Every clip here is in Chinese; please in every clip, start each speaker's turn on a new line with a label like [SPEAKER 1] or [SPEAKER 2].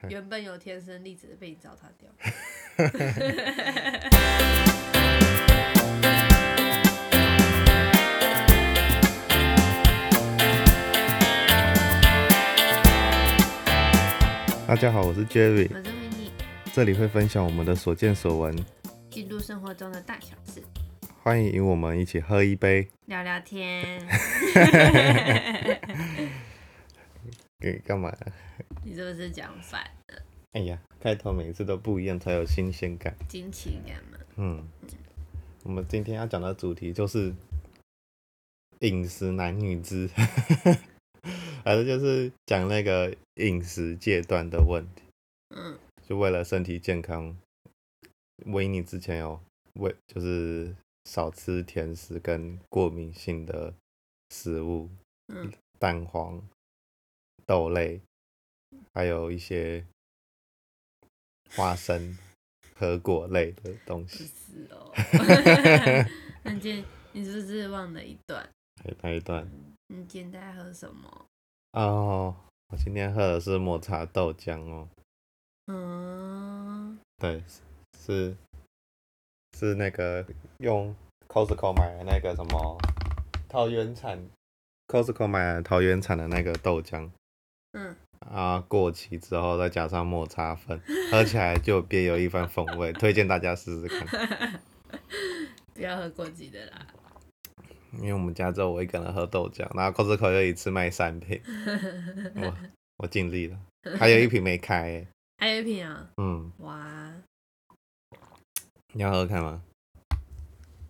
[SPEAKER 1] 嘿
[SPEAKER 2] 原本有天生丽质的被你糟蹋掉。
[SPEAKER 1] 大家好，我是 Jerry，
[SPEAKER 2] 我认为你
[SPEAKER 1] 这里会分享我们的所见所闻，
[SPEAKER 2] 记录生活中的大小事，
[SPEAKER 1] 欢迎与我们一起喝一杯。
[SPEAKER 2] 聊聊天。
[SPEAKER 1] 给干嘛？
[SPEAKER 2] 你是不是讲反
[SPEAKER 1] 哎呀，开头每次都不一样才有新鲜感。
[SPEAKER 2] 惊奇感吗？
[SPEAKER 1] 嗯，我们今天要讲的主题就是饮食男女之， 还是就是讲那个饮食戒断的问题，
[SPEAKER 2] 嗯，
[SPEAKER 1] 就为了身体健康。维尼之前有为就是少吃甜食跟过敏性的食物，
[SPEAKER 2] 嗯，
[SPEAKER 1] 蛋黄、豆类，还有一些花生、核果类的东
[SPEAKER 2] 不
[SPEAKER 1] 西。
[SPEAKER 2] 是哦。那你今天你是不是忘了一段？
[SPEAKER 1] 还有那一段
[SPEAKER 2] 你今天在喝什么？
[SPEAKER 1] 哦，我今天喝的是抹茶豆浆哦，
[SPEAKER 2] 嗯，
[SPEAKER 1] 对，是是那个用 Costco 买的那个什么桃园产，Costco 买的桃园产的那个豆浆
[SPEAKER 2] 嗯，
[SPEAKER 1] 啊，过期之后再加上抹茶粉，喝起来就别有一番风味，推荐大家试试看。
[SPEAKER 2] 不要喝过期的啦。
[SPEAKER 1] 因为我们家只有我一个人喝豆浆，然后 Costco 又一次卖三瓶，我我尽力了，还有一瓶没开欸、
[SPEAKER 2] 还有一瓶啊，
[SPEAKER 1] 嗯，
[SPEAKER 2] 哇，
[SPEAKER 1] 你要喝喝看吗？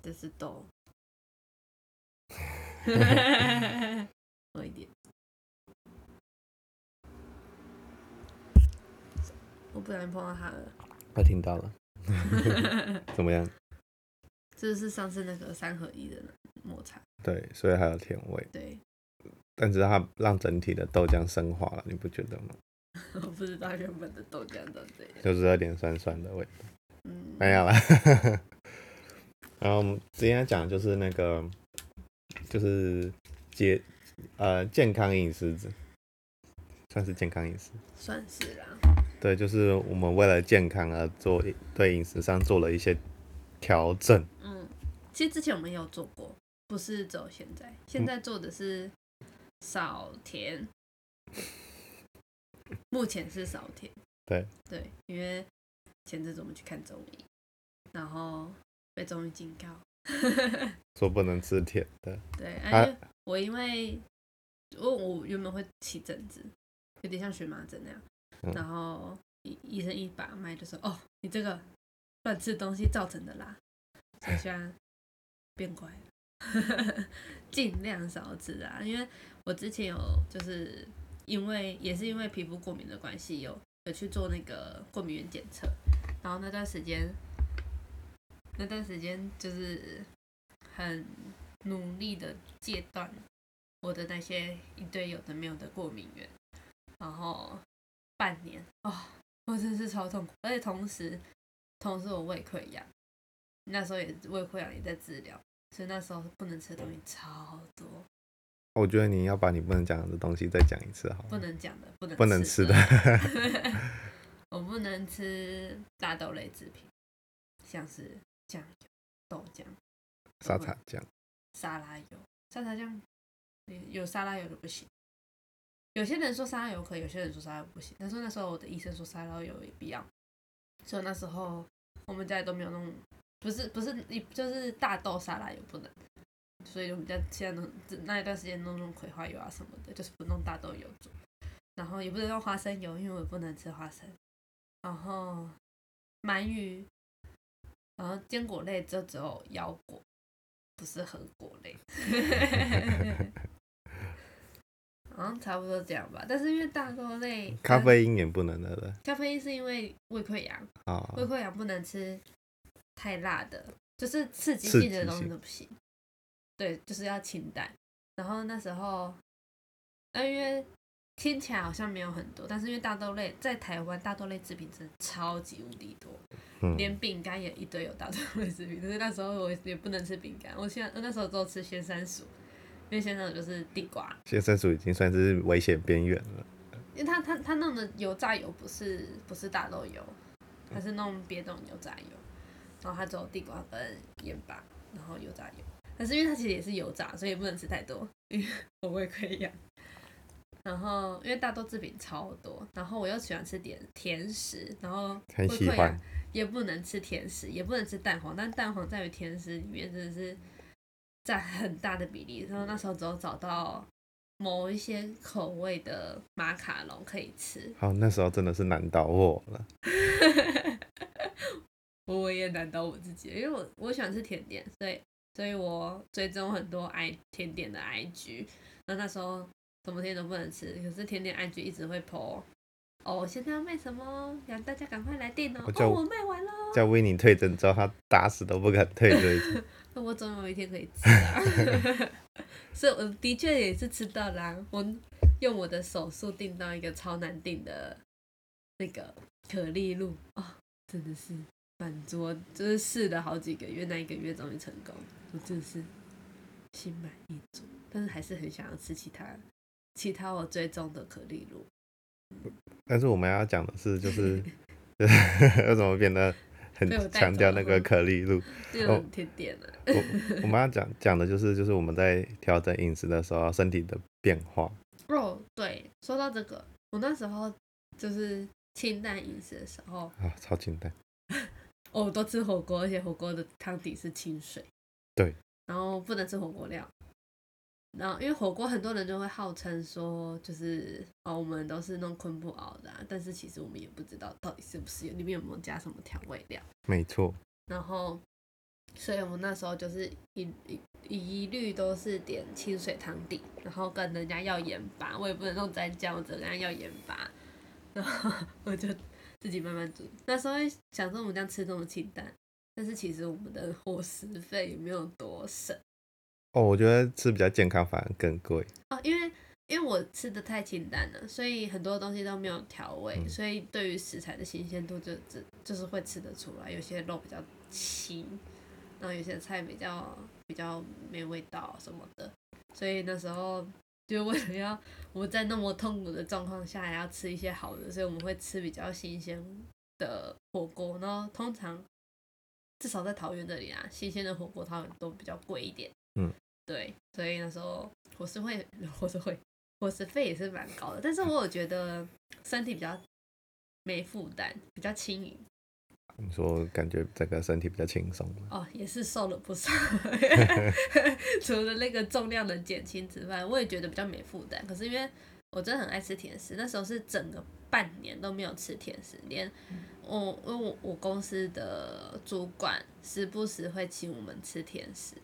[SPEAKER 2] 这是 豆。多一点。我不小心碰到 它了，
[SPEAKER 1] 我听到 了，怎么样？
[SPEAKER 2] 这就是上次那个三合一的抹茶，
[SPEAKER 1] 对，所以还有甜味，
[SPEAKER 2] 对，
[SPEAKER 1] 但是它让整体的豆浆升华了，你不觉得吗？
[SPEAKER 2] 我不知道原本的豆浆长这样。
[SPEAKER 1] 就是有点酸酸的味道。
[SPEAKER 2] 嗯，
[SPEAKER 1] 没有啦。 然后我们之前讲的就是那个，就是节呃健康饮食，算是健康饮食。
[SPEAKER 2] 算是啦。
[SPEAKER 1] 对，就是我们为了健康而做对饮食上做了一些调整。
[SPEAKER 2] 嗯，其实之前我们也有做过，不是只有现在，
[SPEAKER 1] 嗯
[SPEAKER 2] 现在做的是少甜，目前是少甜。
[SPEAKER 1] 对
[SPEAKER 2] 对，因为前阵子我们去看中医，然后被中医警告，
[SPEAKER 1] 说不能吃甜的，
[SPEAKER 2] 对，
[SPEAKER 1] 啊
[SPEAKER 2] 而且我因为我我原本会起疹子，有点像荨麻疹那样，
[SPEAKER 1] 嗯
[SPEAKER 2] 然后医医生一把脉就说：“哦，你这个乱吃东西造成的啦。”所以现在变乖了， 尽量少吃啊。因为我之前有就是因为也是因为皮肤过敏的关系，有有去做那个过敏原检测，然后那段时间那段时间就是很努力的戒断我的那些一堆有的没有的过敏源，然后半年哦，我真是超痛苦，而且同时同时我胃溃疡，那时候也胃溃疡也在治疗，所以那时候不能吃的东西超多，
[SPEAKER 1] 我觉得你要把你不能讲的东西再讲一次好
[SPEAKER 2] 不
[SPEAKER 1] 了。
[SPEAKER 2] 能讲的，不能
[SPEAKER 1] 不能吃的，
[SPEAKER 2] 我不能吃大豆类制品，像是酱油、豆浆、
[SPEAKER 1] 沙茶酱，
[SPEAKER 2] 嗯沙拉油，沙茶酱嗯有沙拉油的不行。有些人说沙拉油可以，有些人说沙拉油不行。但是那时候我的医生说沙拉油也不要，所以那时候我们家里都没有那种，不是不是一就是大豆沙拉油不能，所以我们家现在弄那一段时间弄弄葵花油啊什么的，就是不弄大豆油煮，然后也不能用花生油，因为我也不能吃花生，然后鳗鱼，然后坚果类就只有腰果，不是核果类。 好像差不多这样吧，但是因为大豆类，呃
[SPEAKER 1] 咖啡因也不能的了
[SPEAKER 2] 咖啡因是因为胃溃疡，
[SPEAKER 1] 啊
[SPEAKER 2] 胃。溃疡不能吃太辣的，就是刺激
[SPEAKER 1] 刺
[SPEAKER 2] 性的
[SPEAKER 1] 激
[SPEAKER 2] 东西
[SPEAKER 1] 性
[SPEAKER 2] 都不行。对，就是要清淡。然后那时候，呃，因为听起来好像没有很多，但是因为大豆类在台湾大豆类制品真的超级无敌多，
[SPEAKER 1] 嗯，
[SPEAKER 2] 连饼干也一堆有大豆类制品。但是那时候我也不能吃饼干，我现在呃那时候只有吃鲜山薯，因为鲜山薯就是地瓜，
[SPEAKER 1] 先生薯已经算是危险边缘了。
[SPEAKER 2] 因为他他他弄的油炸油不是不是大豆油，他是弄别种油炸油，然后他只有地瓜跟盐巴，然后油炸油。但是因为它其实也是油炸，所以也不能吃太多，因为我胃溃疡。然后因为大豆制品超多，然后我又喜欢吃点甜食，然后胃
[SPEAKER 1] 很喜
[SPEAKER 2] 溃
[SPEAKER 1] 欢
[SPEAKER 2] 疡，也不能吃甜食，也不能吃蛋黄，但蛋黄在于甜食里面真的是占很大的比例。然后那时候只有找到某一些口味的马卡龙可以吃，
[SPEAKER 1] 好，那时候真的是难倒我了。
[SPEAKER 2] 我也难倒我自己，因为我我喜欢吃甜点，所以所以我追踪很多 i 甜点的 IG。那那时候什么甜点都不能吃，可是甜点 IG 一直会 po。哦，我现在要卖什么？让大家赶快来订哦！
[SPEAKER 1] 我
[SPEAKER 2] 哦，
[SPEAKER 1] 叫
[SPEAKER 2] 我卖完了，
[SPEAKER 1] 叫维尼退整之后，他打死都不肯退这一次
[SPEAKER 2] 那我总有一天可以吃啊。所以我的确也是吃到啦，我用我的手速订到一个超难订的那个可丽露哦，真的是满足我，就是试了好几个月，那一个月终于成功，我真的是心满意足，但是还是很想要吃其他其他我追踪的可丽露。
[SPEAKER 1] 但是我们要讲的是，就是 为什么变得很
[SPEAKER 2] 被我带
[SPEAKER 1] 强调
[SPEAKER 2] 走
[SPEAKER 1] 那
[SPEAKER 2] 了
[SPEAKER 1] 个可丽露？
[SPEAKER 2] 这
[SPEAKER 1] 哦
[SPEAKER 2] 种甜点啊，
[SPEAKER 1] 我我们要讲讲的就是，就是我们在调整饮食的时候，身体的变化。
[SPEAKER 2] 肉对，说到这个，我那时候就是清淡饮食的时候，
[SPEAKER 1] 啊，超简单，
[SPEAKER 2] 哦，我都吃火锅，而且火锅的汤底是清水。
[SPEAKER 1] 对。
[SPEAKER 2] 然后不能吃火锅料。然后因为火锅很多人就会号称说，就是哦，我们都是弄昆布熬的、啊，但是其实我们也不知道到底是不是有里面有没有加什么调味料。
[SPEAKER 1] 没错，
[SPEAKER 2] 然后，所以我们那时候就是一一一律都是点清水汤底，然后跟人家要盐巴，我也不能弄蘸酱，我只能跟人家要盐巴，然后我就自己慢慢煮。那时候会想说我们这样吃这么清淡，但是其实我们的伙食费也没有多省
[SPEAKER 1] 哦，我觉得吃比较健康反而更贵。
[SPEAKER 2] 哦，因为。因为我吃的太清淡了，所以很多东西都没有调味，
[SPEAKER 1] 嗯
[SPEAKER 2] 所以对于食材的新鲜度就只就是会吃得出来。有些肉比较轻，然后有些菜比较比较没味道什么的，所以那时候就为了要我在那么痛苦的状况下还要吃一些好的，所以我们会吃比较新鲜的火锅，然后通常至少在桃园这里啊，新鲜的火锅它们都比较贵一点，
[SPEAKER 1] 嗯，
[SPEAKER 2] 对，所以那时候伙食会伙食会伙食费也是蛮高的，但是我有觉得身体比较没负担，比较轻盈。
[SPEAKER 1] 你说感觉整个身体比较轻松了。
[SPEAKER 2] 哦，也是瘦了不少， 除了那个重量的减轻之外，我也觉得比较没负担。可是因为我真的很爱吃甜食，那时候是整个半年都没有吃甜食，连
[SPEAKER 1] 嗯
[SPEAKER 2] 我因为我我公司的主管时不时会请我们吃甜食。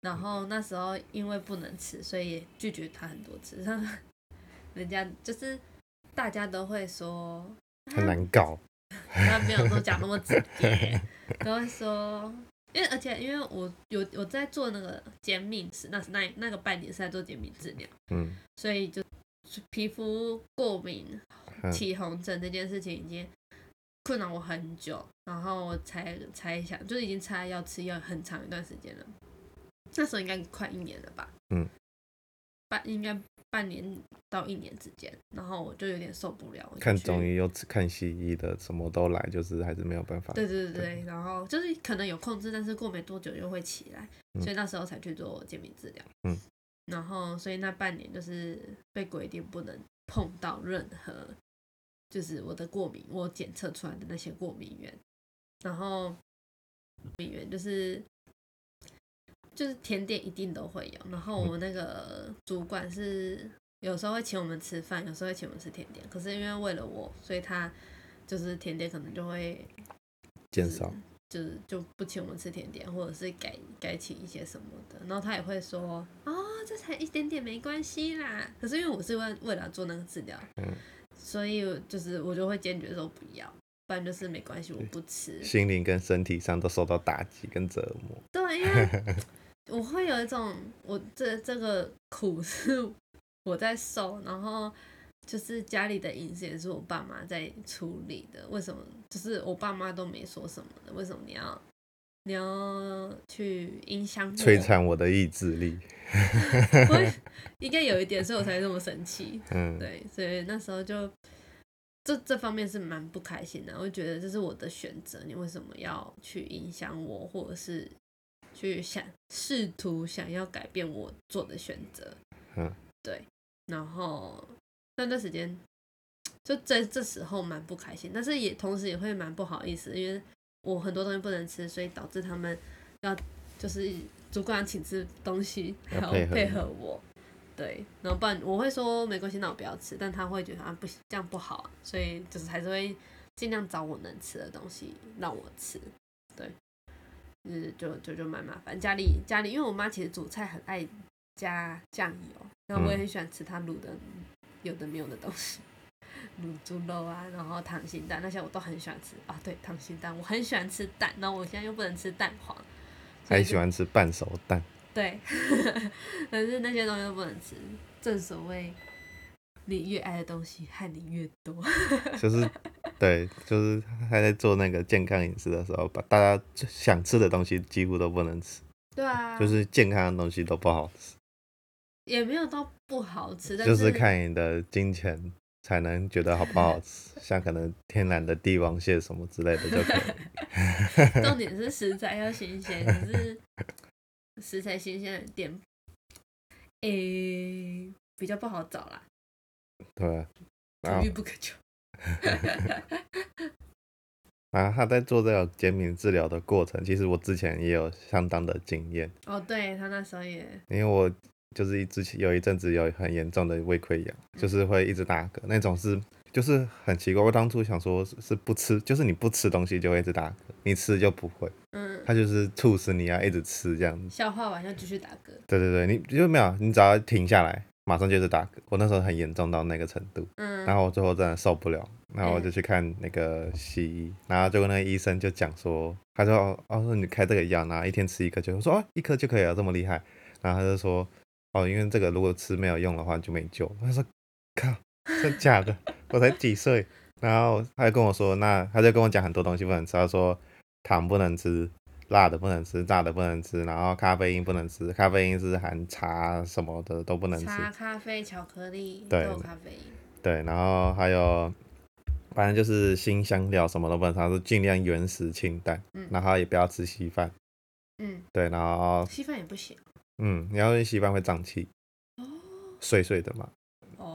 [SPEAKER 2] 然后那时候因为不能吃，所以也拒绝他很多次。人家就是大家都会说
[SPEAKER 1] 很难搞，
[SPEAKER 2] 他没有都讲那么直接，都会说，因为而且因为我有我在做那个减敏治，那那那个半年是在做减敏治疗，
[SPEAKER 1] 嗯，
[SPEAKER 2] 所以就皮肤过敏、
[SPEAKER 1] 嗯
[SPEAKER 2] 起红疹这件事情已经困扰我很久，然后我才才想，就是已经擦药吃药很长一段时间了，那时候应该快一年了吧，
[SPEAKER 1] 嗯，
[SPEAKER 2] 半应该半年到一年之间，然后我就有点受不了，我
[SPEAKER 1] 嗯
[SPEAKER 2] 就
[SPEAKER 1] 看
[SPEAKER 2] 去
[SPEAKER 1] 中医又吃看西医的，什么都来，就是还是没有办法。
[SPEAKER 2] 对对对
[SPEAKER 1] 对
[SPEAKER 2] 对，然后就是可能有控制，但是过没多久又会起来，
[SPEAKER 1] 嗯
[SPEAKER 2] 所以那时候才去做健敏治疗。
[SPEAKER 1] 嗯，
[SPEAKER 2] 然后所以那半年就是被规定不能碰到任何，就是我的过敏，我检测出来的那些过敏源，然后过敏源就是。就是甜点一定都会有，然后我那个主管是有时候会请我们吃饭，有时候会请我们吃甜点。可是因为为了我，所以他就是甜点可能就会
[SPEAKER 1] 减少，
[SPEAKER 2] 就是就不请我们吃甜点，或者是改改请一些什么的。然后他也会说，哦，这才一点点没关系啦。可是因为我是为为了做那个治疗，
[SPEAKER 1] 嗯
[SPEAKER 2] 所以我就是我就会坚决说不要，不然就是没关系，我不吃。
[SPEAKER 1] 心灵跟身体上都受到打击跟折磨。
[SPEAKER 2] 对，因为我会有一种，我这这个苦 是我在受，然后就是家里的饮食也是我爸妈在处理的。为什么？就是我爸妈都没说什么的，为什么你要你要去影响
[SPEAKER 1] 摧
[SPEAKER 2] 我，
[SPEAKER 1] 残我的意志力。
[SPEAKER 2] 我应该有一点，所以我才这么生气。
[SPEAKER 1] 嗯，
[SPEAKER 2] 对，所以那时候就这这方面是蛮不开心的，我就觉得这是我的选择，你为什么要去影响我，或者是去想试图想要改变我做的选择？
[SPEAKER 1] 嗯，
[SPEAKER 2] 对。然后那段时间就在这时候蛮不开心，但是也同时也会蛮不好意思，因为我很多东西不能吃，所以导致他们要就是主管请吃东西，还
[SPEAKER 1] 要配
[SPEAKER 2] 要
[SPEAKER 1] 合
[SPEAKER 2] 配
[SPEAKER 1] 你
[SPEAKER 2] 合我。对，然后不然我会说没关系，那我不要吃，但他会觉得啊不行，这样不好啊，所以就是还是会尽量找我能吃的东西让我吃，对，嗯，就就就蛮麻烦。家里家里，因为我妈其实煮菜很爱加酱油，然后我也
[SPEAKER 1] 嗯
[SPEAKER 2] 很喜欢吃她卤的嗯有的没有的东西，卤猪肉啊，然后溏心蛋那些我都很喜欢吃啊。对，溏心蛋我很喜欢吃蛋，然后我现在又不能吃蛋黄，所以
[SPEAKER 1] 还
[SPEAKER 2] 就
[SPEAKER 1] 喜欢吃半熟蛋。
[SPEAKER 2] 对， 可是那些东西都不能吃。正所谓，你越爱的东西害你越多。
[SPEAKER 1] 就是对，就是他在做那个健康饮食的时候，把大家最想吃的东西几乎都不能吃，
[SPEAKER 2] 对啊，
[SPEAKER 1] 就是健康的东西都不好吃，
[SPEAKER 2] 也没有到不好吃，但
[SPEAKER 1] 就是看 你的金钱才能觉得好不好吃，像可能天然的帝王蟹什么之类的就可以。
[SPEAKER 2] 重点是食材要新鲜，可是食材新鲜的店，诶、比较不好找啦，
[SPEAKER 1] 对啊，然
[SPEAKER 2] 可
[SPEAKER 1] 后
[SPEAKER 2] 遇不可求。
[SPEAKER 1] 然后他在做这个减敏治疗的过程，其实我之前也有相当的经验，
[SPEAKER 2] 哦，对他那时候也，
[SPEAKER 1] 因为我就是之前有一阵子有很严重的胃溃疡，就是会一直打嗝，那种是就是很奇怪。我当初想说是是不吃，就是你不吃东西就会一直打嗝，你吃就不会，
[SPEAKER 2] 嗯，
[SPEAKER 1] 它就是促使你要一直吃这样子。
[SPEAKER 2] 消化完要继续打嗝，
[SPEAKER 1] 对对对，你就没有，你只要停下来，马上就是打嗝。我那时候很严重到那个程度，
[SPEAKER 2] 嗯，
[SPEAKER 1] 然后我最后真的受不了，然后我就去看那个西医，然后就跟那个医生就讲说，他说哦，哦说你开这个药，然后一天吃一颗就，我说哦一颗就可以了，这么厉害，然后他就说哦，因为这个如果吃没有用的话就没救。他说靠，真假的， 我才几岁，然后他就跟我说，那他就跟我讲很多东西不能吃，他说糖不能吃。辣的不能吃，炸的不能吃，然后咖啡因不能吃，咖啡因是含茶什么的都不能吃。
[SPEAKER 2] 茶、咖啡、巧克力都
[SPEAKER 1] 对
[SPEAKER 2] 有咖啡因，
[SPEAKER 1] 对，然后还有，反正就是新香料什么都不能吃，它是尽量原始清淡，
[SPEAKER 2] 嗯
[SPEAKER 1] 然后也不要吃稀饭，
[SPEAKER 2] 嗯，
[SPEAKER 1] 对，然后
[SPEAKER 2] 稀饭也不行
[SPEAKER 1] 嗯，然后稀饭会胀气，
[SPEAKER 2] 哦
[SPEAKER 1] 碎碎的嘛，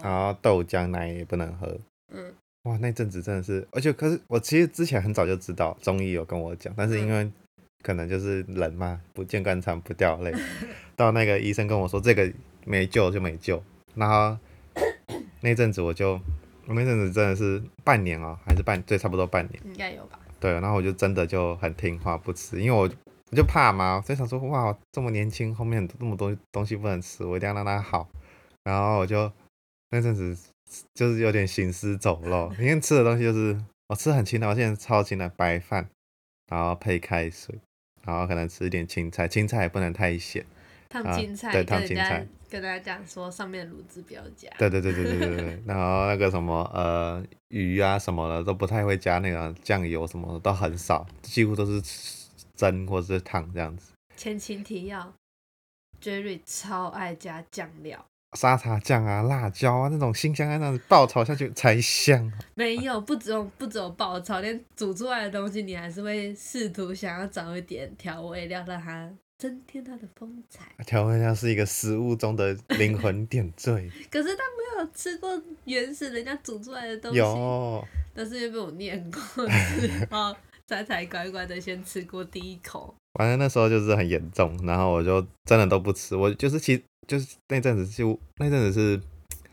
[SPEAKER 1] 然
[SPEAKER 2] 哦，
[SPEAKER 1] 后豆浆奶也不能喝。
[SPEAKER 2] 嗯
[SPEAKER 1] 哇，那阵子真的是，而且可是我其实之前很早就知道，中医有跟我讲，但是
[SPEAKER 2] 嗯
[SPEAKER 1] 因为可能就是人嘛，不见棺材不掉泪，到那个医生跟我说这个没救就没救，然后那阵子我就，我那阵子真的是半年哦、还是半，对，差不多半年。
[SPEAKER 2] 应该有吧，
[SPEAKER 1] 对，然后我就真的就很听话不吃，因为我我就怕嘛，所以想说哇，这么年轻，后面很多这么多东西不能吃，我一定要让它好。然后我就那阵子就是有点行尸走肉，因为吃的东西就是我吃很清淡，我现在超清淡，白饭，然后配开水，然后可能吃一点青菜，青菜也不能太咸。
[SPEAKER 2] 烫
[SPEAKER 1] 啊
[SPEAKER 2] 青菜，
[SPEAKER 1] 对
[SPEAKER 2] 跟
[SPEAKER 1] 烫
[SPEAKER 2] 人
[SPEAKER 1] 青
[SPEAKER 2] 家
[SPEAKER 1] 菜
[SPEAKER 2] 跟大家讲说上面的卤汁不要加，
[SPEAKER 1] 对对对对对对对，然后那个什么呃鱼啊什么的都不太会加那个酱油什么的都很少，几乎都是蒸或者是烫这样子。
[SPEAKER 2] 前情提要，Jerry 超爱加酱料，
[SPEAKER 1] 沙茶酱啊、辣椒啊那种新香啊，那样子爆炒下去才香啊。
[SPEAKER 2] 没有，不只有不只有爆炒，连煮出来的东西，你还是会试图想要找一点调味料，让它增添它的风采。
[SPEAKER 1] 调味料是一个食物中的灵魂点缀。
[SPEAKER 2] 可是他没有吃过原始人家煮出来的 东西，
[SPEAKER 1] 有，
[SPEAKER 2] 但是又被我念 过之后，才才乖乖的先吃过第一口。
[SPEAKER 1] 反正那时候就是很严重，然后我就真的都不吃。我就是其就是那阵子就那阵子是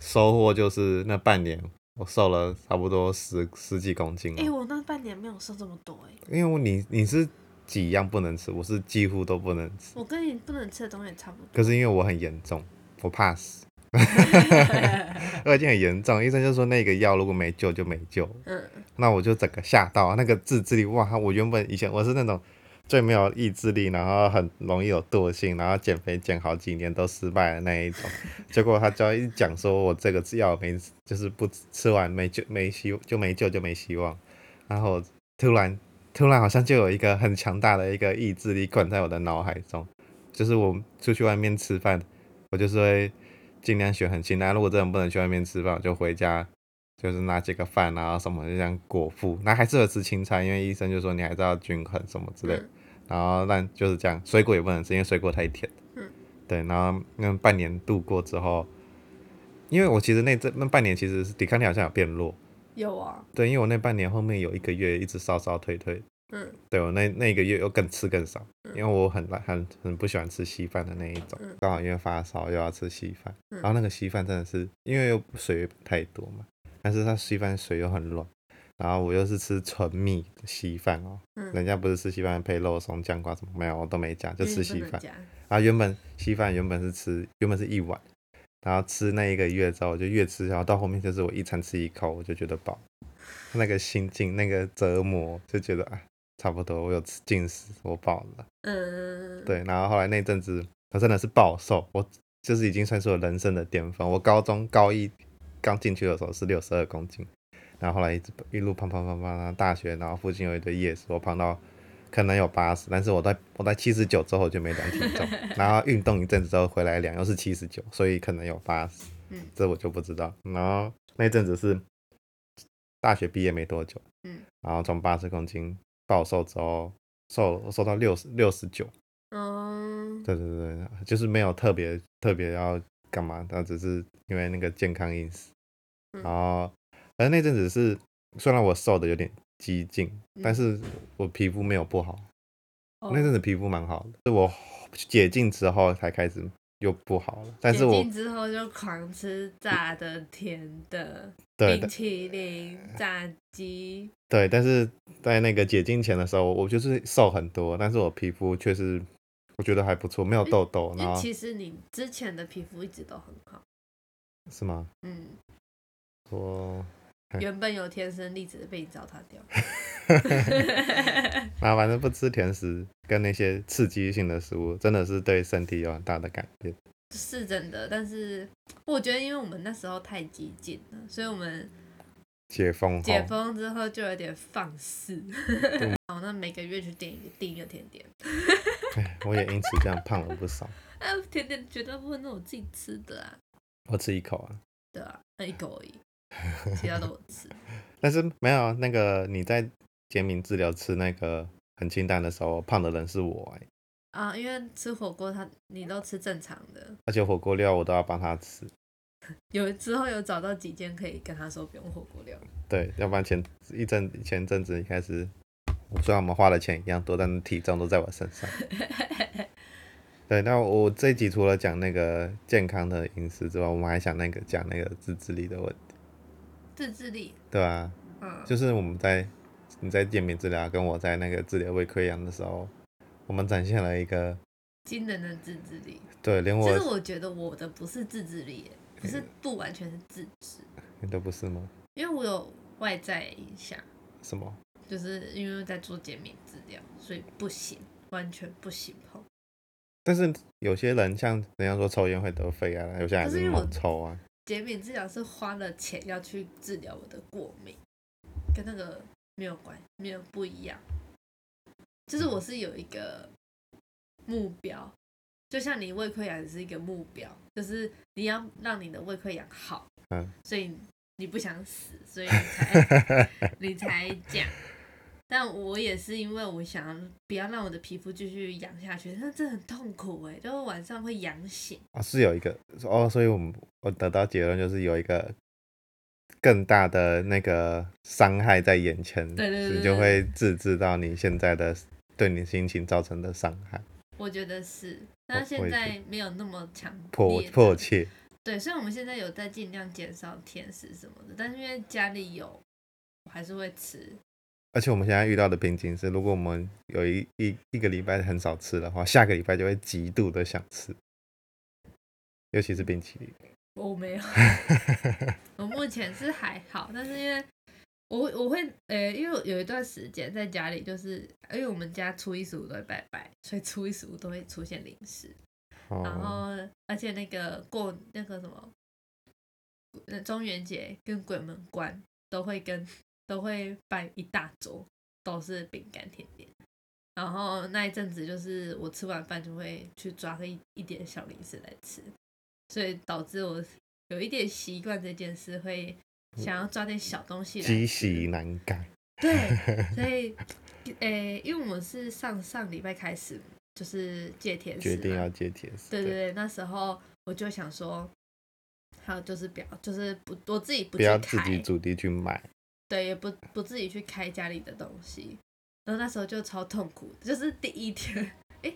[SPEAKER 1] 收获，就是那半年我瘦了差不多十十几公斤、哦。
[SPEAKER 2] 哎、我那半年没有瘦这么多哎、
[SPEAKER 1] 因为你你是几样不能吃，我是几乎都不能吃。
[SPEAKER 2] 我跟你不能吃的东西也差不多。
[SPEAKER 1] 可是因为我很严重，我怕死，我已经很严重。医生就说那个药如果没救就没救，
[SPEAKER 2] 嗯，
[SPEAKER 1] 那我就整个吓到，那个自制力哇！我原本以前我是那种最没有意志力，然后很容易有惰性，然后减肥减好几年都失败的那一种。结果他就一讲说我这个药没就是不吃完没救没希就没救就没希望，然后突然突然好像就有一个很强大的一个意志力灌在我的脑海中，就是我出去外面吃饭，我就是会尽量选很清淡。如果真的不能去外面吃饭，我就回家，就是拿几个饭啊什么，就这样果腹。那还是有吃青菜，因为医生就说你还是要均衡什么之类的。
[SPEAKER 2] 嗯
[SPEAKER 1] 然后但就是这样，水果也不能吃，因为水果太甜。
[SPEAKER 2] 嗯。
[SPEAKER 1] 对，然后那半年度过之后，因为我其实那这那半年其实是抵抗力好像有变弱，
[SPEAKER 2] 有啊，
[SPEAKER 1] 对，因为我那半年后面有一个月一直烧烧退退，
[SPEAKER 2] 嗯
[SPEAKER 1] 对我那那一个月又更吃更少，
[SPEAKER 2] 嗯
[SPEAKER 1] 因为我很懒很很不喜欢吃稀饭的那一种
[SPEAKER 2] 嗯，
[SPEAKER 1] 刚好因为发烧又要吃稀饭，
[SPEAKER 2] 嗯
[SPEAKER 1] 然后那个稀饭真的是因为又水太多嘛，但是它稀饭水又很软，然后我又是吃纯米稀饭哦，人
[SPEAKER 2] 嗯，
[SPEAKER 1] 家不是吃稀饭配肉松酱瓜什么没有，我都没加，就
[SPEAKER 2] 因
[SPEAKER 1] 吃
[SPEAKER 2] 为你
[SPEAKER 1] 稀
[SPEAKER 2] 不能
[SPEAKER 1] 饭。
[SPEAKER 2] 加
[SPEAKER 1] 啊，原本稀饭原本是吃原本是一碗，然后吃那一个月之后，我就越吃，然后到后面就是我一餐吃一口，我就觉得饱，那个心境那个折磨，就觉得啊，差不多我有吃进食，我饱了。
[SPEAKER 2] 嗯，
[SPEAKER 1] 对，然后后来那阵子我真的是暴瘦，我就是已经算是我人生的巅峰。我高中高一刚进去的时候是六十二公斤，然后后来一直一路胖胖胖胖，然后大学然后附近有一堆夜市，我胖到可能有八十，但是我在我在七十九之后就没量体 重，然后运动一阵子之后回来量又是七十九，所以可能有八十，
[SPEAKER 2] 嗯
[SPEAKER 1] 这我就不知道。然后那阵子是大学毕业没多久，
[SPEAKER 2] 嗯，
[SPEAKER 1] 然后从八十公斤暴瘦之后。瘦瘦到六十六十九，
[SPEAKER 2] 嗯，
[SPEAKER 1] 对对对，就是没有特别特别要干嘛，那只是因为那个健康饮食。
[SPEAKER 2] 嗯
[SPEAKER 1] 然后，而那阵子是虽然我瘦的有点激进，但
[SPEAKER 2] 嗯
[SPEAKER 1] 是我皮肤没有不好，
[SPEAKER 2] 哦
[SPEAKER 1] 那阵子皮肤蛮好的，是我解禁之后才开始又不好了。但是
[SPEAKER 2] 解
[SPEAKER 1] 我
[SPEAKER 2] 禁之后就狂吃炸的、甜的、
[SPEAKER 1] 对
[SPEAKER 2] 冰淇淋、炸鸡，
[SPEAKER 1] 对，但是在那个解禁前的时候，我就是瘦很多，但是我皮肤却是我觉得还不错，没有
[SPEAKER 2] 因
[SPEAKER 1] 痘痘，
[SPEAKER 2] 嗯因
[SPEAKER 1] 然
[SPEAKER 2] 为
[SPEAKER 1] 后
[SPEAKER 2] 其实你之前的皮肤一直都很好，
[SPEAKER 1] 是吗？
[SPEAKER 2] 嗯，
[SPEAKER 1] 我
[SPEAKER 2] 原本有天生丽质被你糟蹋 掉，
[SPEAKER 1] 啊，反正不吃甜食跟那些刺激性的食物，真的是对身体有很大的改变。
[SPEAKER 2] 是真的。但是我觉得，因为我们那时候太激进了，所以我们
[SPEAKER 1] 解封后，
[SPEAKER 2] 解封之后就有点放肆
[SPEAKER 1] 对。
[SPEAKER 2] 好，那每个月去订一个订一个甜点，
[SPEAKER 1] 唉我也因此这样胖了不少。
[SPEAKER 2] 啊，甜点绝对不会那我自己吃的啊，
[SPEAKER 1] 我吃一口啊，
[SPEAKER 2] 对啊，那一口而已，其他都我吃。
[SPEAKER 1] 但是没有啊那个你在减敏治疗吃那个很清淡的时候，胖的人是我、欸，
[SPEAKER 2] 啊，因为吃火锅它你都吃正常的，
[SPEAKER 1] 而且火锅料我都要帮他吃，
[SPEAKER 2] 有之后有找到几间可以跟他说不用火锅料，
[SPEAKER 1] 对，要不然前一阵前阵子一开始，虽然我们花的钱一样多，但是体重都在我身上。对，那我这一集除了讲那个健康的饮食之外，我们还想那个讲那个自制力的问题，
[SPEAKER 2] 自制力，
[SPEAKER 1] 对啊，
[SPEAKER 2] 嗯，
[SPEAKER 1] 就是我们在你在减免治疗跟我在那个治疗胃溃疡的时候，我们展现了一个
[SPEAKER 2] 惊人的自制力。
[SPEAKER 1] 对，连
[SPEAKER 2] 其实
[SPEAKER 1] 我嗯
[SPEAKER 2] 我觉得我的不是自制力耶，不是不完全是自制，
[SPEAKER 1] 你都不是吗？
[SPEAKER 2] 因为我有外在影响，
[SPEAKER 1] 什么？
[SPEAKER 2] 就是因为在做减免治疗，所以不行，完全不行碰。
[SPEAKER 1] 但是有些人像人家说抽烟会得肺癌啊，有些人还
[SPEAKER 2] 可是因为
[SPEAKER 1] 猛
[SPEAKER 2] 我
[SPEAKER 1] 抽啊，
[SPEAKER 2] 减免治疗是花了钱要去治疗我的过敏，跟那个没有关，没有不一样。就是我是有一个目标，就像你胃溃疡是一个目标，就是你要让你的胃溃疡好，
[SPEAKER 1] 嗯，
[SPEAKER 2] 所以你不想死，所以你才你才讲。但我也是因为我想要不要让我的皮肤继续痒下去，那真的很痛苦哎、就是晚上会痒醒。
[SPEAKER 1] 啊是有一个哦，所以我们我得到结论就是有一个更大的那个伤害在眼前，
[SPEAKER 2] 对对对对
[SPEAKER 1] 你就会自制到你现在的对你心情造成的伤害，
[SPEAKER 2] 我觉得是，但
[SPEAKER 1] 我
[SPEAKER 2] 现
[SPEAKER 1] 也觉
[SPEAKER 2] 在没有那么强
[SPEAKER 1] 哦迫
[SPEAKER 2] 烈的
[SPEAKER 1] 迫切，
[SPEAKER 2] 对，虽然我们现在有在尽量减少甜食什么的，但是因为家里有，我还是会吃。
[SPEAKER 1] 而且我们现在遇到的瓶颈是，如果我们有一一一个礼拜很少吃的话，下个礼拜就会极度的想吃，尤其是冰淇淋。
[SPEAKER 2] 我没有，我目前是还好，但是因为我会我会呃、因为有一段时间在家里，就是因为我们家初一十五都会拜拜，所以初一十五都会出现零食。然
[SPEAKER 1] 哦，
[SPEAKER 2] 后而且那个过那个什么，呃，中元节跟鬼门关都会跟都会办一大桌，都是饼干甜点。然后那一阵子就是我吃完饭就会去抓个一一点小零食来吃，所以导致我有一点习惯这件事，会
[SPEAKER 1] 嗯
[SPEAKER 2] 想要抓点小东西来吃。
[SPEAKER 1] 积习难改。
[SPEAKER 2] 对， 所以，诶、因为我们是上上礼拜开始就是戒甜食
[SPEAKER 1] 决
[SPEAKER 2] 嘛
[SPEAKER 1] 定要戒甜食。
[SPEAKER 2] 对对对，那时候我就想说，还有就是不要，就是不我自己不
[SPEAKER 1] 不
[SPEAKER 2] 去
[SPEAKER 1] 要
[SPEAKER 2] 开，
[SPEAKER 1] 自己主力去买，
[SPEAKER 2] 对，也不不自己去开家里的东西。然后那时候就超痛苦，就是第一天， 诶，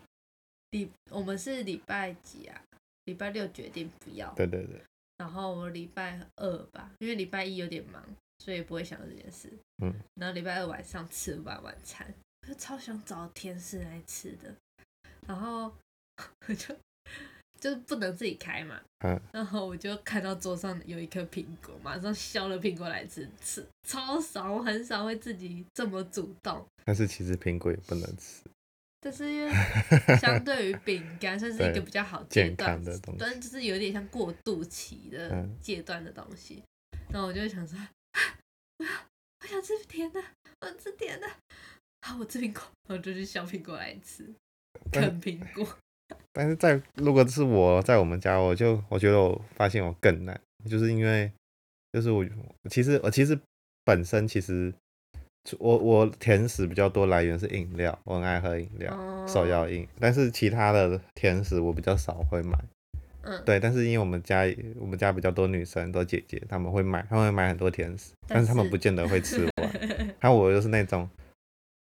[SPEAKER 2] 礼我们是礼拜几啊？礼拜六决定不要，
[SPEAKER 1] 对对对，
[SPEAKER 2] 然后我礼拜二吧，因为礼拜一有点忙，所以不会想到这件事。
[SPEAKER 1] 嗯，
[SPEAKER 2] 然后礼拜二晚上吃完晚餐，我就超想找甜食来吃的，然后我就就是不能自己开嘛，
[SPEAKER 1] 嗯，
[SPEAKER 2] 然后我就看到桌上有一颗苹果，马上削了苹果来吃，吃超少，我很少会自己这么主动，
[SPEAKER 1] 但是其实苹果也不能吃，
[SPEAKER 2] 但 是因为相对于饼干，算是一个
[SPEAKER 1] 对
[SPEAKER 2] 比较好阶
[SPEAKER 1] 健
[SPEAKER 2] 段
[SPEAKER 1] 康的东西
[SPEAKER 2] 但就是有点像过渡期的
[SPEAKER 1] 嗯
[SPEAKER 2] 阶段的东西。然后我就会想说， 啊我要我想吃甜的，我想吃甜的，好，我吃苹果，然后就去削苹果来吃，
[SPEAKER 1] 但
[SPEAKER 2] 啃苹果。
[SPEAKER 1] 但是在如果是我在我们家，我就我觉得我发现我更难，就是因为就是我其实我其实本身其实我我甜食比较多来源是饮料，我很爱喝饮料，
[SPEAKER 2] 哦
[SPEAKER 1] 手摇饮，但是其他的甜食我比较少会买。
[SPEAKER 2] 嗯，
[SPEAKER 1] 对，但是因为我们家我们家比较多女生，很多姐姐，她们会买，她们会买很多甜食，
[SPEAKER 2] 但
[SPEAKER 1] 但是她们
[SPEAKER 2] 是
[SPEAKER 1] 不见得会吃完。然后我又是那种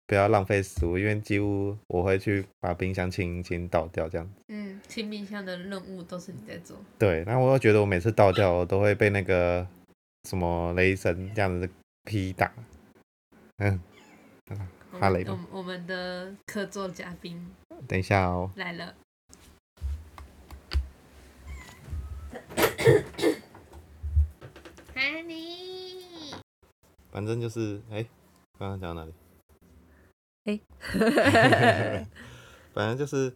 [SPEAKER 1] 不要浪费食物，因为几乎我会去把冰箱清一清倒掉这样。
[SPEAKER 2] 嗯，清冰箱的任务都是你在做，
[SPEAKER 1] 对，然后我又觉得我每次倒掉，我都会被那个什么雷神这样子劈打。嗯，
[SPEAKER 2] 我
[SPEAKER 1] 哈
[SPEAKER 2] 们
[SPEAKER 1] 雷吧
[SPEAKER 2] 我们我们的客座嘉宾
[SPEAKER 1] 等一下哦，
[SPEAKER 2] 来 了。哈尼，
[SPEAKER 1] 反正就是哎，刚刚讲到哪里？ 反正就是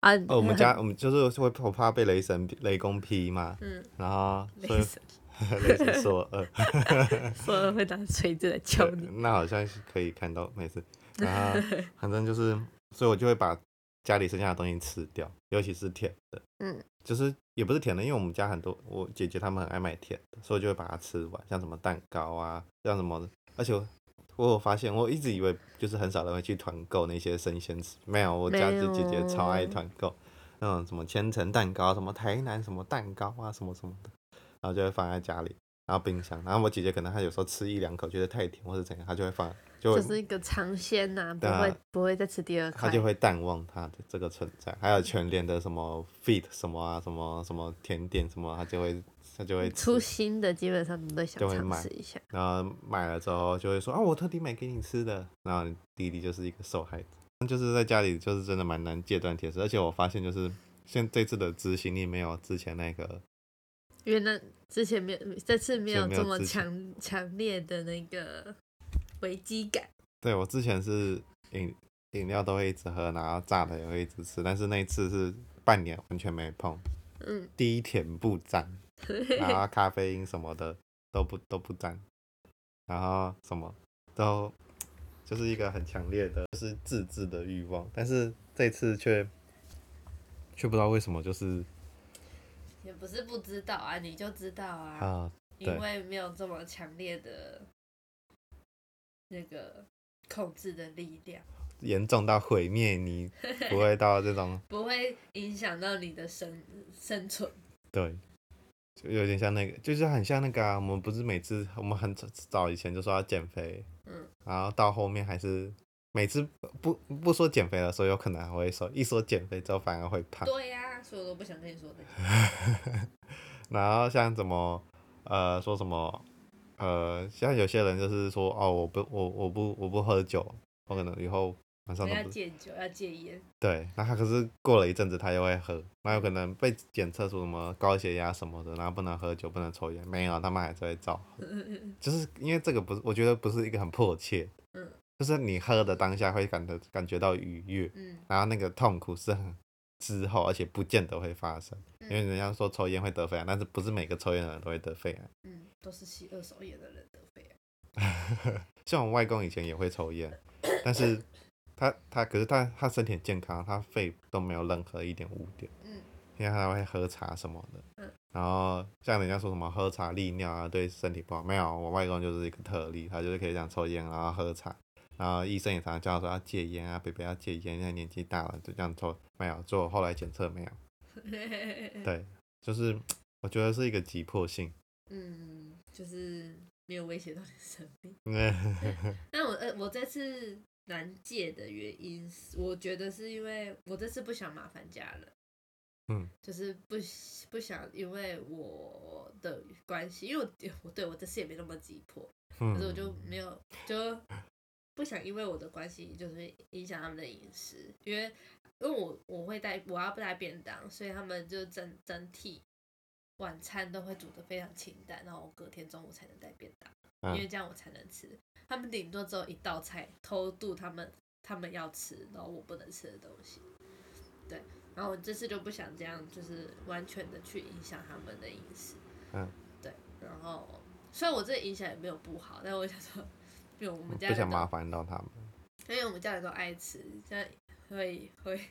[SPEAKER 2] 啊，
[SPEAKER 1] 哦，我们家我们就是会我怕被雷神雷公劈嘛，
[SPEAKER 2] 嗯，
[SPEAKER 1] 然后所
[SPEAKER 2] 雷
[SPEAKER 1] 以
[SPEAKER 2] 神
[SPEAKER 1] 雷神说 呃，
[SPEAKER 2] 所有人会拿锤子来敲
[SPEAKER 1] 对
[SPEAKER 2] 你。
[SPEAKER 1] 那好像是可以看到每次，然后反正就是，所以我就会把家里剩下的东西吃掉，尤其是甜的，
[SPEAKER 2] 嗯，
[SPEAKER 1] 就是也不是甜的，因为我们家很多我姐姐她们很爱买甜的，所以我就会把它吃完，像什么蛋糕啊，像什么的，而且我。我有发现，我一直以为就是很少人会去团购那些生鲜食，没有，我家
[SPEAKER 2] 没
[SPEAKER 1] 姐姐姐
[SPEAKER 2] 有
[SPEAKER 1] 超爱团购，那种什么千层蛋糕，啊什么台南什么蛋糕啊，什么什么的，然后就会放在家里，然后冰箱，然后我姐姐可能她有时候吃一两口觉得太甜或者怎样，她就会放，就会
[SPEAKER 2] 就是一个尝鲜呐，不
[SPEAKER 1] 对啊
[SPEAKER 2] 会不会再吃第二
[SPEAKER 1] 他
[SPEAKER 2] 块，
[SPEAKER 1] 就会淡忘它的这个存在。还有全联的什么 feed 什么啊，什么什么甜点什么，他就会他就会
[SPEAKER 2] 出
[SPEAKER 1] 吃，
[SPEAKER 2] 新的基本上你都想
[SPEAKER 1] 就会
[SPEAKER 2] 尝
[SPEAKER 1] 买
[SPEAKER 2] 试一下。
[SPEAKER 1] 然后买了之后就会说啊，我特地买给你吃的。然后你弟弟就是一个受害者，就是在家里就是真的蛮难戒断甜食，而且我发现就是现这次的执行力没有之前那个
[SPEAKER 2] 因为那之前没有，这次没有
[SPEAKER 1] 没
[SPEAKER 2] 这
[SPEAKER 1] 有
[SPEAKER 2] 么
[SPEAKER 1] 之前
[SPEAKER 2] 强强烈的那个危机感。
[SPEAKER 1] 对我之前是饮饮料都会一直喝，然后炸的也会一直吃，但是那一次是半年完全没碰，
[SPEAKER 2] 嗯，
[SPEAKER 1] 低甜不沾， 然后咖啡因什么的都不都不沾，然后什么都就是一个很强烈的就是自制的欲望，但是这次却却不知道为什么就是
[SPEAKER 2] 也不是不知道啊，你就知道啊。
[SPEAKER 1] 啊对
[SPEAKER 2] 因为没有这么强烈的那个控制的力量，
[SPEAKER 1] 严重到毁灭你，不会到这 种
[SPEAKER 2] 不会影响到你的生生存。
[SPEAKER 1] 对，就有点像那个，就是很像那个啊。我们不是每次我们很早早以前就说要减肥，
[SPEAKER 2] 嗯，
[SPEAKER 1] 然后到后面还是每次不不不说减肥的时候，有可能还会说，一说减肥之后反而会胖。
[SPEAKER 2] 对呀、所以我都不想跟你说的。
[SPEAKER 1] 然后像怎么呃说什么呃，像有些人就是说哦，我不我我不我不喝酒，我可能以后晚上都
[SPEAKER 2] 要
[SPEAKER 1] 不
[SPEAKER 2] 戒酒，要戒烟，
[SPEAKER 1] 对，那他可是过了一阵子他又会喝，那有可能被检测出什么高血压什么的，然后不能喝酒，不能抽烟，没有，他们还是会照喝。就是因为这个不是，我觉得不是一个很迫切，
[SPEAKER 2] 嗯，
[SPEAKER 1] 就是你喝的当下会感得感觉到愉悦，
[SPEAKER 2] 嗯，
[SPEAKER 1] 然后那个痛苦是很之后，而且不见得会发生，因为
[SPEAKER 2] 嗯
[SPEAKER 1] 人家说抽烟会得肺癌，但是不是每个抽烟的人都会得肺癌。
[SPEAKER 2] 嗯，都是吸二手烟的人得肺癌。
[SPEAKER 1] 像我外公以前也会抽烟，但是他他可是他他身体很健康，他肺都没有任何一点污点。
[SPEAKER 2] 嗯，
[SPEAKER 1] 因为他会喝茶什么的。
[SPEAKER 2] 嗯，
[SPEAKER 1] 然后像人家说什么喝茶利尿啊，对身体不好，没有，我外公就是一个特例，他就是可以这样抽烟，然后喝茶。然后医生也常常叫他说要戒烟啊，别不要戒烟，现在年纪大了就这样抽，没有，做后来检测没有，对，就是我觉得是一个急迫性，
[SPEAKER 2] 嗯，就是没有威胁到你的生命。
[SPEAKER 1] 嗯
[SPEAKER 2] 但我呃，我这次难戒的原因是，我觉得是因为我这次不想麻烦家人，
[SPEAKER 1] 嗯，
[SPEAKER 2] 就是不喜不想因为我的关系，因为我 我对我这次也没那么急迫，
[SPEAKER 1] 嗯
[SPEAKER 2] 可是我就没有就不想因为我的关系就是影响他们的饮食，因为因为我我会带我要带便当，所以他们就整整体晚餐都会煮的非常清淡，然后我隔天中午才能带便当，
[SPEAKER 1] 嗯
[SPEAKER 2] 因为这样我才能吃。他们顶多只有一道菜偷渡他们他们要吃，然后我不能吃的东西。对，然后我这次就不想这样，就是完全的去影响他们的饮食。
[SPEAKER 1] 嗯，
[SPEAKER 2] 对，然后虽然我这影响也没有不好，但我想说，因为我们
[SPEAKER 1] 嗯
[SPEAKER 2] 家
[SPEAKER 1] 不
[SPEAKER 2] 人
[SPEAKER 1] 想
[SPEAKER 2] 都
[SPEAKER 1] 麻烦到他们。
[SPEAKER 2] 因为我们家人都爱吃，这样会会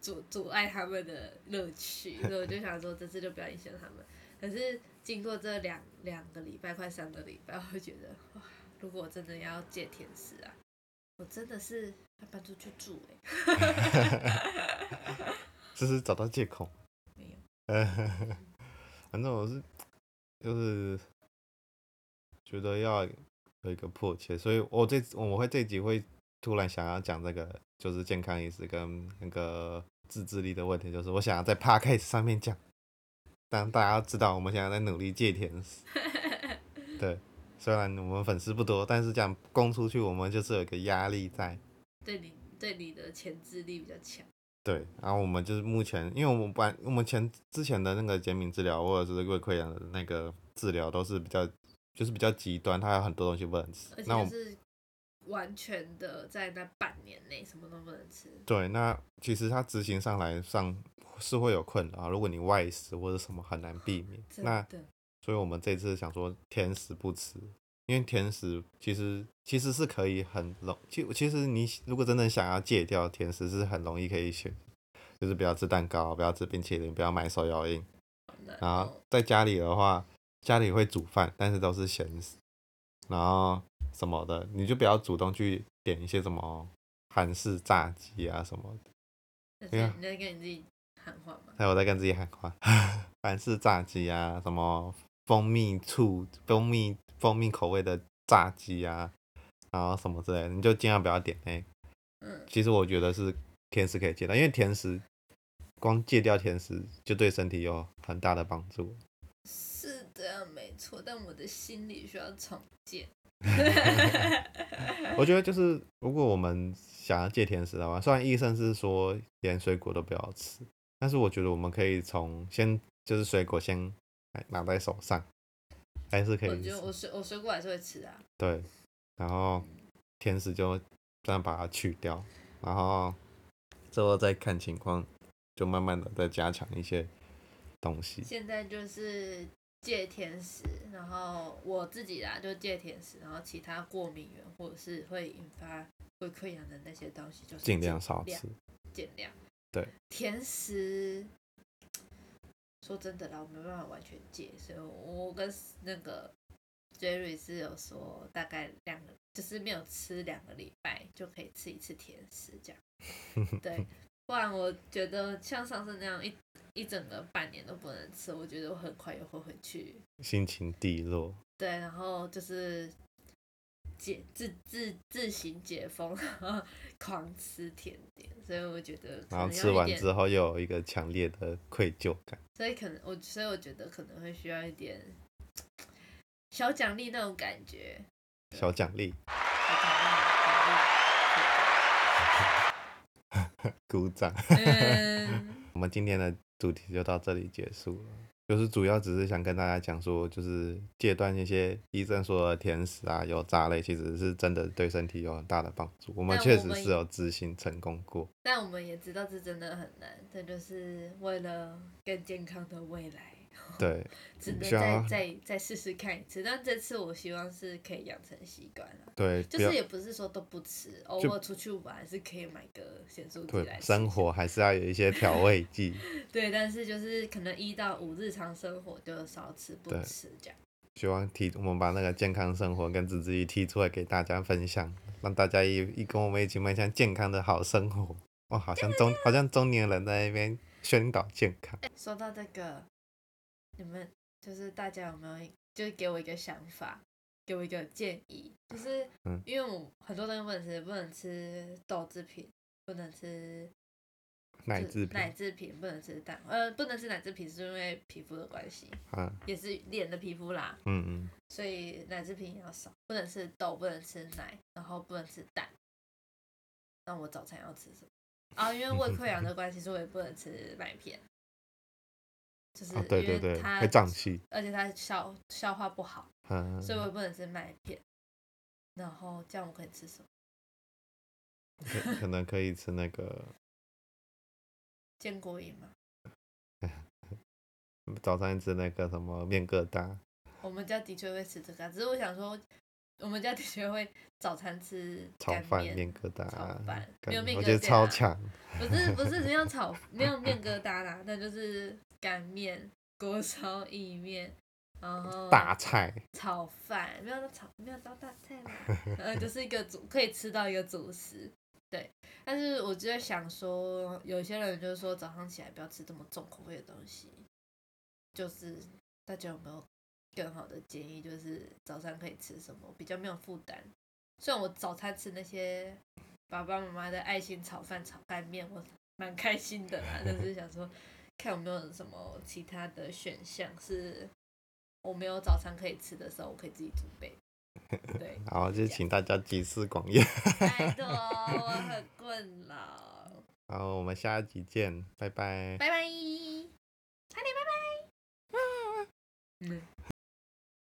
[SPEAKER 2] 阻阻碍他们的乐趣，所以我就想说这次就不要影响他们。可是经过这两两个礼拜，快三个礼拜，我会觉得哇，如果我真的要戒甜食啊，我真的是要搬出去住哎、
[SPEAKER 1] 就是找到借口。
[SPEAKER 2] 没有。
[SPEAKER 1] 呃， 反正我是就是觉得要有一个迫切，所以我这我会这集会突然想要讲这个，就是健康饮食跟那个自制力的问题，就是我想要在 podcast 上面讲，让大家知道我们现在在努力戒甜食。对，虽然我们粉丝不多，但是这样供出去，我们就是有一个压力在。
[SPEAKER 2] 对你对你的前置力比较强，
[SPEAKER 1] 对，然后我们就是目前，因为我们本来我们前之前的那个减敏治疗或者是胃溃疡的那个治疗都是比较，就是比较极端，它有很多东西不能吃
[SPEAKER 2] 而。且
[SPEAKER 1] 那我
[SPEAKER 2] 就是完全的在那半年内什么都不能吃。
[SPEAKER 1] 对，那其实它执行上来上是会有困扰，如果你外食或者什么很难避免。
[SPEAKER 2] 真
[SPEAKER 1] 那
[SPEAKER 2] 的，
[SPEAKER 1] 所以我们这次想说甜食不吃，因为甜食其实其实是可以很容，其其实你如果真的想要戒掉甜食，是很容易可以选，就是不要吃蛋糕，不要吃冰淇淋，不要买手摇饮。
[SPEAKER 2] 然
[SPEAKER 1] 然后在家里的话，家里会煮饭，但是都是咸食，然后什么的，你就不要主动去点一些什么韩式炸鸡啊什么的。
[SPEAKER 2] 那
[SPEAKER 1] 对
[SPEAKER 2] 是
[SPEAKER 1] 啊
[SPEAKER 2] 你在跟你自己喊话吗？
[SPEAKER 1] 还有我在跟自己喊话， 韩式炸鸡啊，什么蜂蜜醋、蜂蜜蜂蜜口味的炸鸡啊，然后什么之类的，你就尽量不要点那个
[SPEAKER 2] 嗯，
[SPEAKER 1] 其实我觉得是甜食可以戒掉，因为甜食光戒掉甜食就对身体有很大的帮助。
[SPEAKER 2] 是这样没错，但我的心理需要重建。
[SPEAKER 1] 我觉得就是，如果我们想要戒甜食的话，虽然医生是说连水果都不要吃，但是我觉得我们可以从先就是水果先拿在手上，还是可
[SPEAKER 2] 我
[SPEAKER 1] 以
[SPEAKER 2] 觉得
[SPEAKER 1] 吃
[SPEAKER 2] 我水我水果还是会吃啊，
[SPEAKER 1] 对，然后甜食就这样把它去掉，然后之后再看情况，就慢慢的再加强一些东西。
[SPEAKER 2] 现在就是戒甜食，然后我自己啦就戒甜食，然后其他过敏源或者是会引发胃溃疡的那些东西，就是
[SPEAKER 1] 尽量少吃，
[SPEAKER 2] 尽量。
[SPEAKER 1] 对，
[SPEAKER 2] 甜食，说真的啦，我没办法完全戒，所以我我跟那个 Jerry 是有说，大概两个就是没有吃两个礼拜就可以吃一次甜食这样。对，不然我觉得像上次那样一一整个半年都不能吃，我觉得我很快又会回去
[SPEAKER 1] 心情低落，
[SPEAKER 2] 对，然后就是解自自自行解封，然后狂吃甜点，所以我觉得可
[SPEAKER 1] 然后
[SPEAKER 2] 能
[SPEAKER 1] 吃
[SPEAKER 2] 要一
[SPEAKER 1] 完
[SPEAKER 2] 点，
[SPEAKER 1] 之后又有一个强烈的愧疚感。
[SPEAKER 2] 所以可能我所以我觉得可能会需要一点小奖励那种感觉。
[SPEAKER 1] 小奖励，
[SPEAKER 2] 小奖励
[SPEAKER 1] 鼓掌。
[SPEAKER 2] 奖励嗯，
[SPEAKER 1] 我们今天的主题就到这里结束了，就是主要只是想跟大家讲说，就是戒断一些医生说的甜食啊、油炸类，其实是真的对身体有很大的帮助。我们
[SPEAKER 2] 那
[SPEAKER 1] 确
[SPEAKER 2] 我
[SPEAKER 1] 实
[SPEAKER 2] 们
[SPEAKER 1] 是有执行成功 过，
[SPEAKER 2] 但我们也知道这真的很难，这就是为了更健康的未来。
[SPEAKER 1] 对，
[SPEAKER 2] 只能
[SPEAKER 1] 需要啊
[SPEAKER 2] 再再再试试看一次。但这次我希望是可以养成习惯了，
[SPEAKER 1] 对，
[SPEAKER 2] 就
[SPEAKER 1] 不要
[SPEAKER 2] 是也不是说都不吃，偶
[SPEAKER 1] 就
[SPEAKER 2] 尔出去玩是可以买个咸酥鸡来
[SPEAKER 1] 对
[SPEAKER 2] 吃。
[SPEAKER 1] 生活还是要有一些调味剂，
[SPEAKER 2] 对，但是就是可能一到五日常生活就少吃不
[SPEAKER 1] 对
[SPEAKER 2] 吃这样。
[SPEAKER 1] 希望提我们把那个健康生活跟自制力提出来给大家分享，让大家一一跟我们一起迈向健康的好生活。哇，好像中好像中年人在那边宣导健康，
[SPEAKER 2] 说到这个，你们就是大家有没有就是给我一个想法，给我一个建议，就是
[SPEAKER 1] 嗯
[SPEAKER 2] 因为我很多东西不能吃，不能吃豆制品，不能吃
[SPEAKER 1] 奶
[SPEAKER 2] 就是
[SPEAKER 1] 制品
[SPEAKER 2] 奶制品不能吃蛋，呃，不能吃奶制品是因为皮肤的关系，
[SPEAKER 1] 啊，
[SPEAKER 2] 也是脸的皮肤啦，
[SPEAKER 1] 嗯嗯，
[SPEAKER 2] 所以奶制品也要少，不能吃豆，不能吃奶，然后不能吃蛋。那我早餐要吃什么？啊，因为胃溃疡的关系，所以我也不能吃麦片，就是
[SPEAKER 1] 啊对对
[SPEAKER 2] 因为
[SPEAKER 1] 对，
[SPEAKER 2] 它
[SPEAKER 1] 会胀气，
[SPEAKER 2] 而且它消消化不好，
[SPEAKER 1] 嗯，
[SPEAKER 2] 所以我也不能吃麦片。然后这样我可以吃什么？
[SPEAKER 1] 可可能可以吃那个
[SPEAKER 2] 坚果饮吗？
[SPEAKER 1] 早餐吃那个什么面疙瘩，
[SPEAKER 2] 我们家的确会吃这个啊，只是我想说，我们家的确会早餐吃
[SPEAKER 1] 炒
[SPEAKER 2] 干
[SPEAKER 1] 饭
[SPEAKER 2] 面，
[SPEAKER 1] 面疙瘩
[SPEAKER 2] 炒饭，
[SPEAKER 1] 干
[SPEAKER 2] 没有面
[SPEAKER 1] 我
[SPEAKER 2] 疙
[SPEAKER 1] 觉得
[SPEAKER 2] 瘩
[SPEAKER 1] 超
[SPEAKER 2] 啊
[SPEAKER 1] 强，
[SPEAKER 2] 不是不是没有炒没有面疙瘩啦，那就是干面、锅烧意面，然后
[SPEAKER 1] 大菜，
[SPEAKER 2] 炒饭，没有到炒没有到大菜啦，呃，就是一个主可以吃到一个主食。对，但是我就在想说，有些人就是说早上起来不要吃这么重口味的东西，就是大家有没有更好的建议？就是早餐可以吃什么比较没有负担？虽然我早餐吃那些爸爸妈妈的爱心炒饭、炒干面，我蛮开心的啦，但是想说看有没有什么其他的选项是我没有早餐可以吃的时候，我可以自己准备。对，
[SPEAKER 1] 然后就请大家集思广益，
[SPEAKER 2] 拜托，我很困扰。
[SPEAKER 1] 然后我们下一集见，拜拜。
[SPEAKER 2] 拜拜，差点拜拜。嗯。